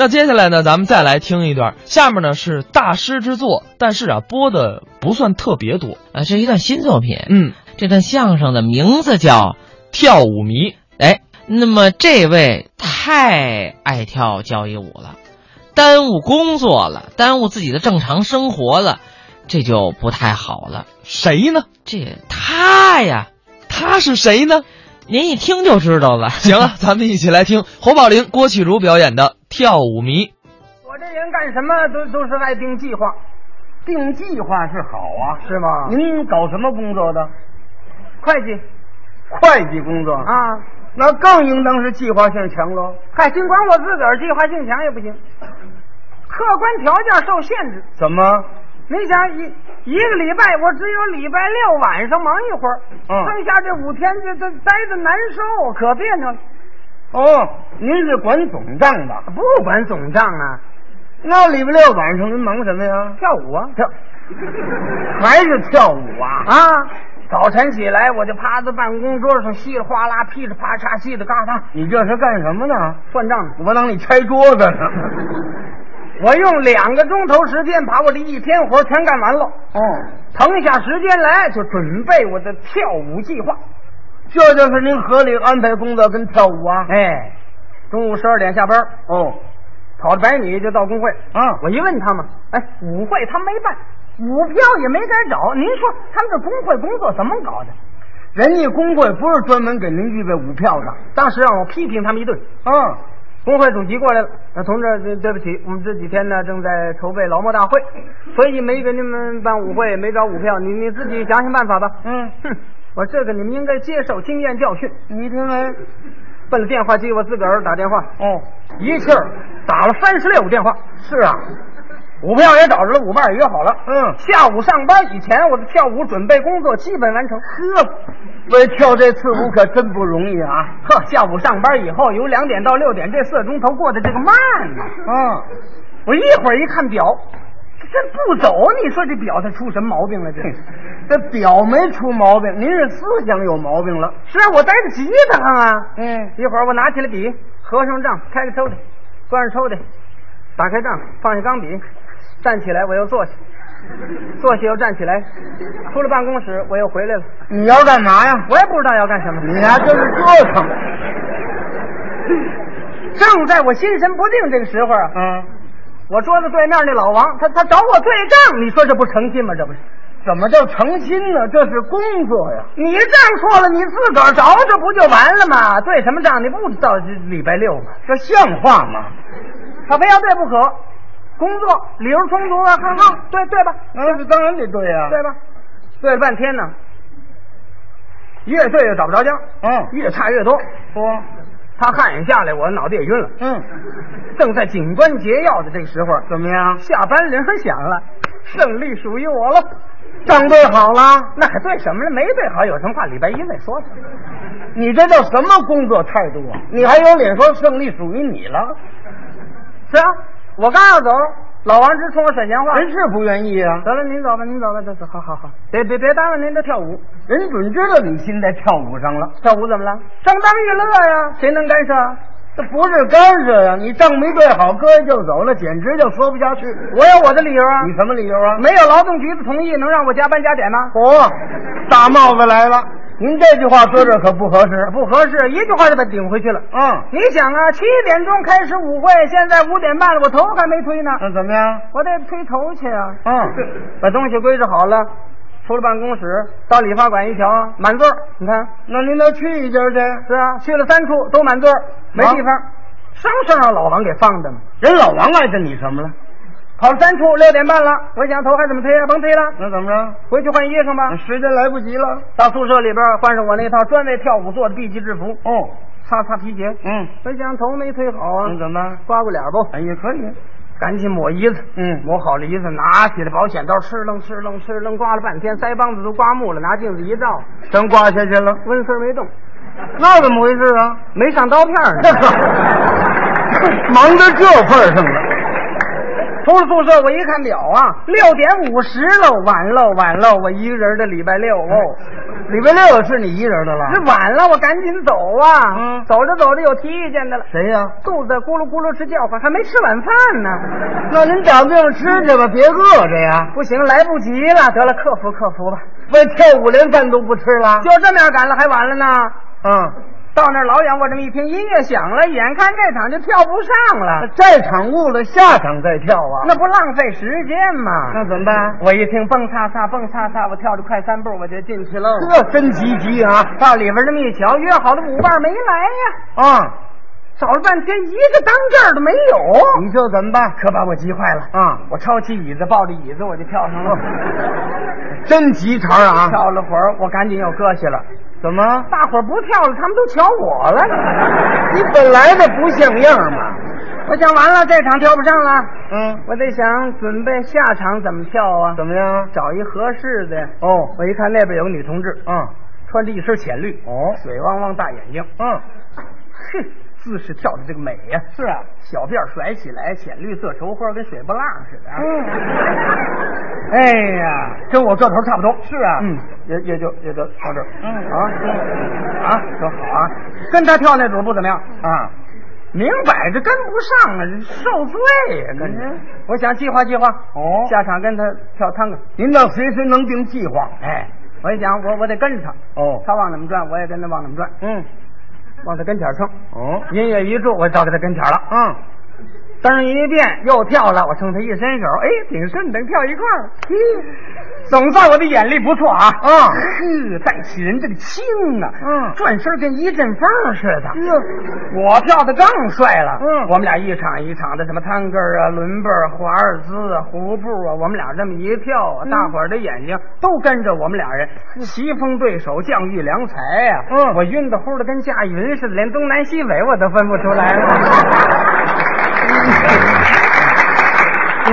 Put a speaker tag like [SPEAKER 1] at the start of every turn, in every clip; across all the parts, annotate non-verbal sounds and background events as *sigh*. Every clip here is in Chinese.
[SPEAKER 1] 那接下来呢，咱们再来听一段，下面呢是大师之作，但是啊播的不算特别多。
[SPEAKER 2] 啊，是一段新作品。
[SPEAKER 1] 嗯，
[SPEAKER 2] 这段相声的名字叫
[SPEAKER 1] 跳舞迷，
[SPEAKER 2] 哎，那么这位太爱跳交谊舞了，耽误工作了，耽误自己的正常生活了，这就不太好了。
[SPEAKER 1] 谁呢？
[SPEAKER 2] 这他呀，
[SPEAKER 1] 他是谁呢？
[SPEAKER 2] 您一听就知道了。
[SPEAKER 1] 行了，咱们一起来听侯宝林、郭启儒表演的《跳舞迷》。
[SPEAKER 3] 我这人干什么都都是爱定计划，
[SPEAKER 4] 定计划是好啊，
[SPEAKER 3] 是吗
[SPEAKER 4] 您搞什么工作的？
[SPEAKER 3] 会计
[SPEAKER 4] 会计工作啊，
[SPEAKER 3] 啊，
[SPEAKER 4] 那更应当是计划性强喽。
[SPEAKER 3] 嗨，尽管我自个儿计划性强也不行，客观条件受限制。
[SPEAKER 4] 怎么？
[SPEAKER 3] 你想一一个礼拜，我只有礼拜六晚上忙一会儿，
[SPEAKER 4] 嗯
[SPEAKER 3] 剩下这五天这这待的难受，可别扭了。
[SPEAKER 4] 哦，您是管总账的。
[SPEAKER 3] 不管总账啊，
[SPEAKER 4] 那礼拜六晚上您忙什么呀？
[SPEAKER 3] 跳舞啊
[SPEAKER 4] 跳，还是跳舞啊？
[SPEAKER 3] 啊！早晨起来，我就趴在办公桌上，稀里哗啦、噼里啪嚓、稀里嘎嚓
[SPEAKER 4] 你这是干什么呢？
[SPEAKER 3] 算账呢。
[SPEAKER 4] 我当你拆桌子呢。
[SPEAKER 3] *laughs* 我用两个钟头时间把我这一天活全干完了。
[SPEAKER 4] 哦，
[SPEAKER 3] 腾下时间来就准备我的跳舞计划。
[SPEAKER 4] 这就是您合理安排工作跟跳舞啊？
[SPEAKER 3] 哎，中午十二点下班，
[SPEAKER 4] 哦，
[SPEAKER 3] 跑着百米就到工会。
[SPEAKER 4] 啊，
[SPEAKER 3] 我一问他们，哎，舞会他没办，舞票也没敢找。您说他们这工会工作怎么搞的？
[SPEAKER 4] 人家工会不是专门给您预备舞票的。
[SPEAKER 3] 当时让我批评他们一顿。
[SPEAKER 4] 啊，
[SPEAKER 3] 工会主席过来了，呃同志，对对不起，我们这几天呢正在筹备劳模大
[SPEAKER 4] *laughs*
[SPEAKER 3] 会，所以没给你们办舞会，没找舞票，你你自己想想办法吧。
[SPEAKER 4] 嗯，
[SPEAKER 3] 哼， *laughs* 我这个你们应该接受经验教训。
[SPEAKER 4] 你听没？
[SPEAKER 3] 奔着电话机，我自个儿打电话，
[SPEAKER 4] 哦，
[SPEAKER 3] 一气儿打了三十六个电话。
[SPEAKER 4] 是啊，
[SPEAKER 3] 股票也找着了，舞伴也约好了。
[SPEAKER 4] 嗯
[SPEAKER 3] 下午上班以前，我的跳舞准备工作基本完成。呵，
[SPEAKER 4] 为跳这次舞可真不容易啊！
[SPEAKER 3] 呵，下午上班以后，由两点到六点这四个钟头过得这个慢呐、嗯
[SPEAKER 4] 啊，
[SPEAKER 3] 我一会儿一看表，这这不走，你说这表它出什么毛病了？这
[SPEAKER 4] 这表没出毛病，您是思想有毛病了。
[SPEAKER 3] 是啊，我待得急的慌啊。
[SPEAKER 4] 嗯，
[SPEAKER 3] 一会儿我拿起了笔，合上账，开个抽屉，关上抽屉，打开账，放下钢笔，站起来，我又坐下， *laughs* 坐下又站起来，出了办公室，我又回来了。
[SPEAKER 4] 你要干嘛呀？
[SPEAKER 3] 我也不知道要干什么。
[SPEAKER 4] 你呀、就是折腾。
[SPEAKER 3] *laughs* 正在我心神不定这个时候啊，
[SPEAKER 4] 嗯，
[SPEAKER 3] 我桌子对面那老王，他他找我对账，你说这不诚信吗？这不是。
[SPEAKER 4] 怎么叫诚心呢？这是工作呀。
[SPEAKER 3] 你账错了，你自个儿找找不就完了吗？对什么账？你不知道这礼拜六吗？
[SPEAKER 4] 这像话吗？
[SPEAKER 3] 他非要对不可，工作理由充足啊，很好，对对吧？
[SPEAKER 4] 嗯，这当然得对呀、
[SPEAKER 3] 对吧？对了半天呢，越对越找不着家，
[SPEAKER 4] 嗯，
[SPEAKER 3] 越差越多。
[SPEAKER 4] 不，
[SPEAKER 3] 他汗也下来，我脑袋也晕了。
[SPEAKER 4] 嗯，
[SPEAKER 3] 正在紧关节要的这个时候，
[SPEAKER 4] 怎么样？
[SPEAKER 3] 下班铃儿响了，胜利属于我了。
[SPEAKER 4] 账对好了？
[SPEAKER 3] 那还对什么了？没对好，有什么话礼拜一再说吧。
[SPEAKER 4] 你这叫什么工作态度啊？你还有脸说胜利属于你了？
[SPEAKER 3] 是啊，我刚要走，老王直冲我甩钱话。
[SPEAKER 4] 人是不愿意啊。
[SPEAKER 3] 得了，您走吧，您走吧，这是好好好，别别别耽误您这跳舞，
[SPEAKER 4] 人准知道你心在跳舞上了，
[SPEAKER 3] 跳舞怎么了？正当娱乐呀，谁能干涉啊？
[SPEAKER 4] 这不是干涉呀、你账没对好，搁下就走了，简直就说不下去。
[SPEAKER 3] 我有我的理由啊，
[SPEAKER 4] 你什么理由啊？
[SPEAKER 3] 没有劳动局的同意，能让我加班加点吗？
[SPEAKER 4] 哦，大帽子来了，您这句话说这可不合适。
[SPEAKER 3] 不合适，一句话就把顶回去了。
[SPEAKER 4] 嗯，
[SPEAKER 3] 你想啊，七点钟开始舞会，现在五点半了，我头还没推呢，
[SPEAKER 4] 那怎么样？
[SPEAKER 3] 我得推头去啊。
[SPEAKER 4] 嗯，
[SPEAKER 3] 把东西归置好了，出了办公室，到理发馆一瞧啊，满座儿。你看，
[SPEAKER 4] 那您都去一家去。
[SPEAKER 3] 是啊，去了三处都满座儿，没地方，生生让老王给放的嘛。
[SPEAKER 4] 人老王碍着你什么了？
[SPEAKER 3] 跑了三处，六点半了，我想头还怎么推啊？甭推了，
[SPEAKER 4] 那怎么着？
[SPEAKER 3] 回去换衣裳吧。
[SPEAKER 4] 时间来不及了。
[SPEAKER 3] 到宿舍里边换上我那套专为跳舞做的 B 级制服，
[SPEAKER 4] 哦，
[SPEAKER 3] 擦擦皮鞋。
[SPEAKER 4] 嗯，
[SPEAKER 3] 我想头没推好啊，
[SPEAKER 4] 那怎么？
[SPEAKER 3] 刮过脸不？
[SPEAKER 4] 哎，也可以。
[SPEAKER 3] 赶紧抹胰子。
[SPEAKER 4] 嗯
[SPEAKER 3] 抹好了胰子，拿起了保险刀，哧楞哧楞哧楞，刮了半天，腮帮子都刮木了。拿镜子一照，
[SPEAKER 4] 全刮下去了，
[SPEAKER 3] 纹丝儿没动，
[SPEAKER 4] *laughs* 那怎么回事啊？
[SPEAKER 3] 没上刀片儿呢。
[SPEAKER 4] *laughs* 忙到这份儿上了。
[SPEAKER 3] *laughs* 出了宿舍，我一看表啊，六点五十喽，晚喽，晚喽，我一个人的礼拜六哦，
[SPEAKER 4] *laughs* 礼拜六是你一人的了？
[SPEAKER 3] 这晚了，我赶紧走啊！
[SPEAKER 4] 嗯
[SPEAKER 3] 走着走着有提意见的了，
[SPEAKER 4] 谁呀、
[SPEAKER 3] 肚子咕噜咕噜直叫唤，还没吃晚饭呢，
[SPEAKER 4] *laughs* 那您找地方吃去吧，别饿着呀。
[SPEAKER 3] *laughs* 不行，来不及了，得了，克服克服吧，
[SPEAKER 4] 为这五连饭都不吃了？
[SPEAKER 3] 就这么样赶了还晚了呢。
[SPEAKER 4] 嗯，
[SPEAKER 3] 到那儿老远我这么一听，音乐响了，眼看这场就跳不上了，
[SPEAKER 4] 这场误了，下场再跳啊。
[SPEAKER 3] 那不浪费时间吗？
[SPEAKER 4] 那怎么办？
[SPEAKER 3] 我一听蹦擦擦蹦擦擦，我跳着快三步我就进去喽。
[SPEAKER 4] 这真积极啊！
[SPEAKER 3] 到里边这么一瞧，约好的舞伴没来呀，
[SPEAKER 4] 啊、
[SPEAKER 3] 找了半天一个当劲儿的没有，
[SPEAKER 4] 你这怎么办？
[SPEAKER 3] 可把我急坏了
[SPEAKER 4] 啊
[SPEAKER 3] 我抄起椅子，抱着椅子我就跳
[SPEAKER 4] *laughs*
[SPEAKER 3] 上了，
[SPEAKER 4] 真急茬啊！
[SPEAKER 3] 跳了会儿，我赶紧又搁下了。
[SPEAKER 4] 怎么？
[SPEAKER 3] 大伙儿不跳了，他们都瞧我了。
[SPEAKER 4] *laughs* 你本来就不像样嘛。
[SPEAKER 3] 我想完了，这场跳不上了，
[SPEAKER 4] 嗯，
[SPEAKER 3] 我得想准备下场怎么跳啊？
[SPEAKER 4] 怎么样？
[SPEAKER 3] 找一合适的。
[SPEAKER 4] 哦，
[SPEAKER 3] 我一看那边有个女同志，
[SPEAKER 4] 嗯，
[SPEAKER 3] 穿着一身浅绿，
[SPEAKER 4] 哦，
[SPEAKER 3] 水汪汪大眼睛，
[SPEAKER 4] 嗯，
[SPEAKER 3] 哼，姿势跳的这个美呀、
[SPEAKER 4] 是啊，
[SPEAKER 3] 小辫儿甩起来，浅绿色绸花跟水波浪似
[SPEAKER 4] 嗯
[SPEAKER 3] 的啊。
[SPEAKER 4] 哎呀，跟我个头差不多。是啊嗯
[SPEAKER 3] 嗯，也也就也就到这儿。
[SPEAKER 4] 嗯
[SPEAKER 3] 啊啊，多好啊！跟他跳那组不怎么样，
[SPEAKER 4] 啊，
[SPEAKER 3] 明摆着跟不上啊，这受罪呀、跟着。我想计划计划，
[SPEAKER 4] 嗯哦
[SPEAKER 3] 下场跟他跳探戈。
[SPEAKER 4] 您倒随时能定计划。
[SPEAKER 3] 哎，我一想，我我得跟着他，
[SPEAKER 4] 哦，
[SPEAKER 3] 他往哪么转，我也跟他往哪么转，
[SPEAKER 4] 嗯，
[SPEAKER 3] 往他跟前儿蹭。
[SPEAKER 4] 哦，
[SPEAKER 3] 音乐一住，我到他跟前儿了。
[SPEAKER 4] 嗯，
[SPEAKER 3] 灯一变又跳了，我冲他一伸手，哎，挺顺的，跳一块儿。嘿，总算我的眼力不错啊！
[SPEAKER 4] 啊
[SPEAKER 3] 呵，带起人这个轻啊，
[SPEAKER 4] 嗯
[SPEAKER 3] 转身跟一阵风似的。
[SPEAKER 4] 哟
[SPEAKER 3] 我跳的更帅了。
[SPEAKER 4] 嗯
[SPEAKER 3] 我们俩一场一场的，什么探戈啊、伦贝儿、华尔兹啊、胡步啊，我们俩这么一跳
[SPEAKER 4] 嗯
[SPEAKER 3] 啊，大伙儿的眼睛都跟着我们俩人，棋逢对手，将遇良才呀、
[SPEAKER 4] 嗯
[SPEAKER 3] 我晕的乎的跟下云似的，连东南西北我都分不出来了。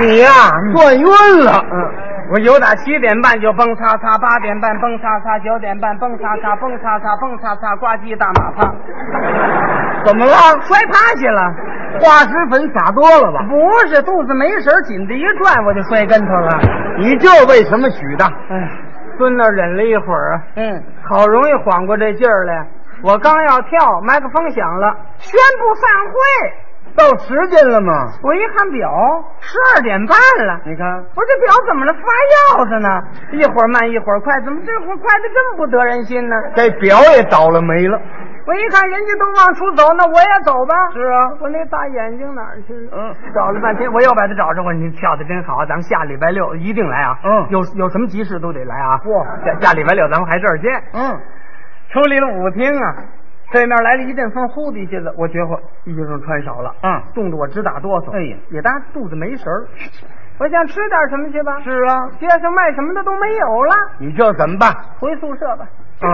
[SPEAKER 4] *laughs* 你呀、转晕了。
[SPEAKER 3] 嗯，我有打七点半就蹦擦擦，八点半蹦擦擦，九点半蹦擦擦，蹦擦擦，蹦擦擦，呱唧大马趴，
[SPEAKER 4] 怎么了？
[SPEAKER 3] 摔趴下了。
[SPEAKER 4] 化石粉撒多了吧？
[SPEAKER 3] 不是肚子没神儿，紧着一转我就摔跟头了。
[SPEAKER 4] 你这为什么许的？
[SPEAKER 3] 哎，蹲那儿忍了一会儿啊，
[SPEAKER 4] 嗯，
[SPEAKER 3] 好容易缓过这劲儿来。我刚要跳，麦克风响了，宣布散会。
[SPEAKER 4] 到时间了吗？
[SPEAKER 3] 我一看表，十二点半了。
[SPEAKER 4] 你看，
[SPEAKER 3] 我这表怎么了？发药的呢？一会儿慢，一会儿快，怎么这会儿快的这么不得人心呢？
[SPEAKER 4] 这表也倒了霉了。
[SPEAKER 3] 我一看人家都往出走，那我也走吧。
[SPEAKER 4] 是啊，
[SPEAKER 3] 我那大眼睛哪儿去了？
[SPEAKER 4] 嗯，
[SPEAKER 3] 找了半天，我又把他找着。我说您跳的真好，啊咱们下礼拜六一定来啊。
[SPEAKER 4] 嗯
[SPEAKER 3] 有有什么急事都得来啊。
[SPEAKER 4] 嚯
[SPEAKER 3] 下下礼拜六咱们还这儿见。
[SPEAKER 4] 嗯，
[SPEAKER 3] 出离了舞厅啊，对面来了一阵风，呼的一下子，我觉着衣裳穿少了，
[SPEAKER 4] 嗯
[SPEAKER 3] 冻得我直打哆嗦。
[SPEAKER 4] 哎呀
[SPEAKER 3] 也当肚子没食儿。我想吃点什么去吧，
[SPEAKER 4] 是啊，
[SPEAKER 3] 街上卖什么的都没有了，
[SPEAKER 4] 你这怎么办？
[SPEAKER 3] 回宿舍吧，
[SPEAKER 4] 嗯，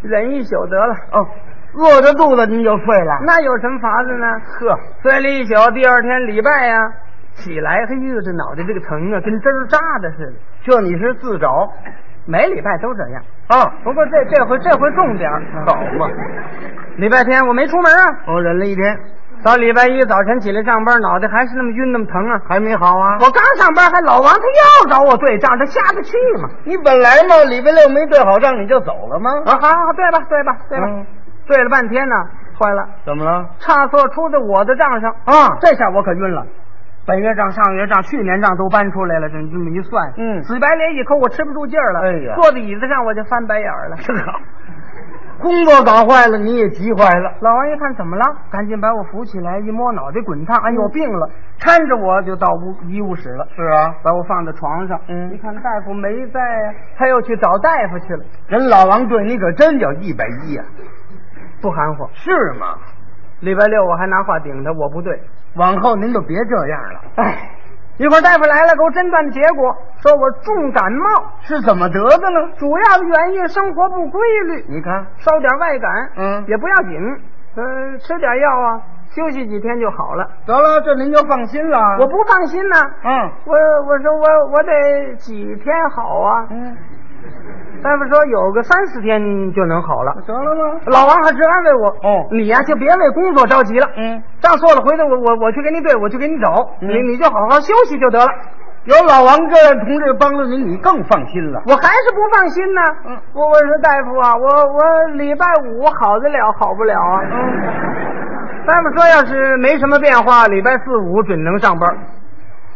[SPEAKER 3] 忍一宿得了。
[SPEAKER 4] 哦，饿着肚子您就睡了。
[SPEAKER 3] 那有什么法子呢？
[SPEAKER 4] 呵，
[SPEAKER 3] 睡了一宿，第二天礼拜呀、起来嘿呦，这脑袋这个疼啊，跟针儿扎的似的。
[SPEAKER 4] 这你是自找
[SPEAKER 3] *laughs* 每礼拜都这样，
[SPEAKER 4] 啊？
[SPEAKER 3] 不过这这回这回重点儿。
[SPEAKER 4] 好 *laughs* 嘛，
[SPEAKER 3] 礼拜天我没出门啊，
[SPEAKER 4] 我嗯哦忍了一天，
[SPEAKER 3] 到礼拜一早晨起来上班，脑袋还是那么晕，那么疼啊。
[SPEAKER 4] 还没好啊。
[SPEAKER 3] 我刚上班，还老王他又找我对账，他下得去吗？
[SPEAKER 4] 你本来嘛，礼拜六没对好账，你就走了吗？
[SPEAKER 3] 啊，好好好对吧，对吧，对吧，
[SPEAKER 4] 嗯
[SPEAKER 3] 对了半天呢，坏了，
[SPEAKER 4] 怎么了？
[SPEAKER 3] 差错出在我的账上，
[SPEAKER 4] 啊，
[SPEAKER 3] 这下我可晕了。本月账、上月账、去年账都搬出来了，这这么一算，
[SPEAKER 4] 嗯
[SPEAKER 3] 死白脸一抠，我吃不住劲儿了。
[SPEAKER 4] 哎呀
[SPEAKER 3] 坐在椅子上我就翻白眼儿
[SPEAKER 4] *laughs*
[SPEAKER 3] 了。
[SPEAKER 4] 真好，工作搞坏了，你也急坏了。
[SPEAKER 3] 老王一看怎么了，赶紧把我扶起来，一摸脑袋滚烫，哎呦病了，搀着我就到屋医务室了，
[SPEAKER 4] 嗯是啊，
[SPEAKER 3] 把我放在床上。
[SPEAKER 4] 嗯
[SPEAKER 3] 一看大夫没在呀、他又去找大夫去了，
[SPEAKER 4] 人老王对你可真有一百一呀。
[SPEAKER 3] 不含糊。
[SPEAKER 4] 是吗？
[SPEAKER 3] 礼拜六我还拿话顶他，我不对。
[SPEAKER 4] 往后您就别这样了。
[SPEAKER 3] 哎，一会儿大夫来了，给我诊断的结果说我重感冒，
[SPEAKER 4] 是怎么得的呢？
[SPEAKER 3] 主要的原因生活不规律，
[SPEAKER 4] 你看，
[SPEAKER 3] 烧点外感，
[SPEAKER 4] 嗯
[SPEAKER 3] 也不要紧，呃，吃点药啊，休息几天就好了。
[SPEAKER 4] 得了，这您就放心了。
[SPEAKER 3] 我不放心呐、
[SPEAKER 4] 嗯
[SPEAKER 3] 我我说我我得几天好啊，
[SPEAKER 4] 嗯，
[SPEAKER 3] 大夫说有个三四天就能好了。
[SPEAKER 4] 得了吗？
[SPEAKER 3] 老王还直安慰我：“
[SPEAKER 4] 哦
[SPEAKER 3] 你呀、就别为工作着急了。
[SPEAKER 4] 嗯，
[SPEAKER 3] 这样做了，回头我我我去给你对，我去给你找，
[SPEAKER 4] 嗯
[SPEAKER 3] 你你就好好休息就得了。”
[SPEAKER 4] 有老王这样同志帮了您，你更放心了。
[SPEAKER 3] 我还是不放心呢。
[SPEAKER 4] 嗯
[SPEAKER 3] 我我说大夫啊，我我礼拜五好得了，好不了啊。
[SPEAKER 4] 嗯
[SPEAKER 3] *laughs* 大夫说，要是没什么变化，礼拜四五准能上班。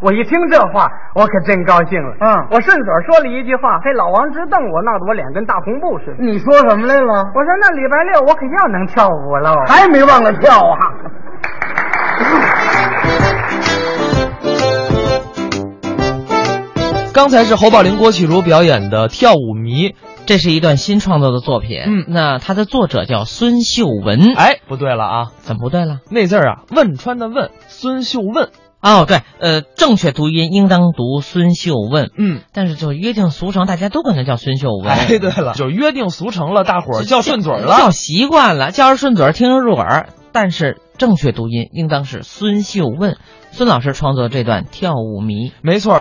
[SPEAKER 3] 我一听这话，我可真高兴了。
[SPEAKER 4] 嗯
[SPEAKER 3] 我顺嘴说了一句话，嘿，老王直瞪我，闹得我脸跟大红布似的。
[SPEAKER 4] 你说什么来了？
[SPEAKER 3] 我说那礼拜六我可要能跳舞了。哦
[SPEAKER 4] 还没忘了跳啊！
[SPEAKER 1] 刚才是侯宝林、郭启儒表演的《跳舞迷》。
[SPEAKER 2] 这是一段新创作的作品，
[SPEAKER 1] 嗯
[SPEAKER 2] 那它的作者叫孙秀文，，
[SPEAKER 1] 哎，不对了啊，
[SPEAKER 2] 怎么不对了？
[SPEAKER 1] 那字儿啊，汶川的汶，孙秀问。
[SPEAKER 2] 哦，对，呃，正确读音应当读孙秀问，
[SPEAKER 1] 嗯，
[SPEAKER 2] 但是就约定俗成，大家都管他叫孙秀文。
[SPEAKER 1] 哎，对
[SPEAKER 2] *laughs*
[SPEAKER 1] 了，就约定俗成了，大伙儿叫顺嘴儿
[SPEAKER 2] 叫
[SPEAKER 1] 了。
[SPEAKER 2] 习惯了，叫着顺嘴儿，听着入耳。但是正确读音应当是孙秀问。孙老师创作这段《跳舞迷》。
[SPEAKER 1] 没错，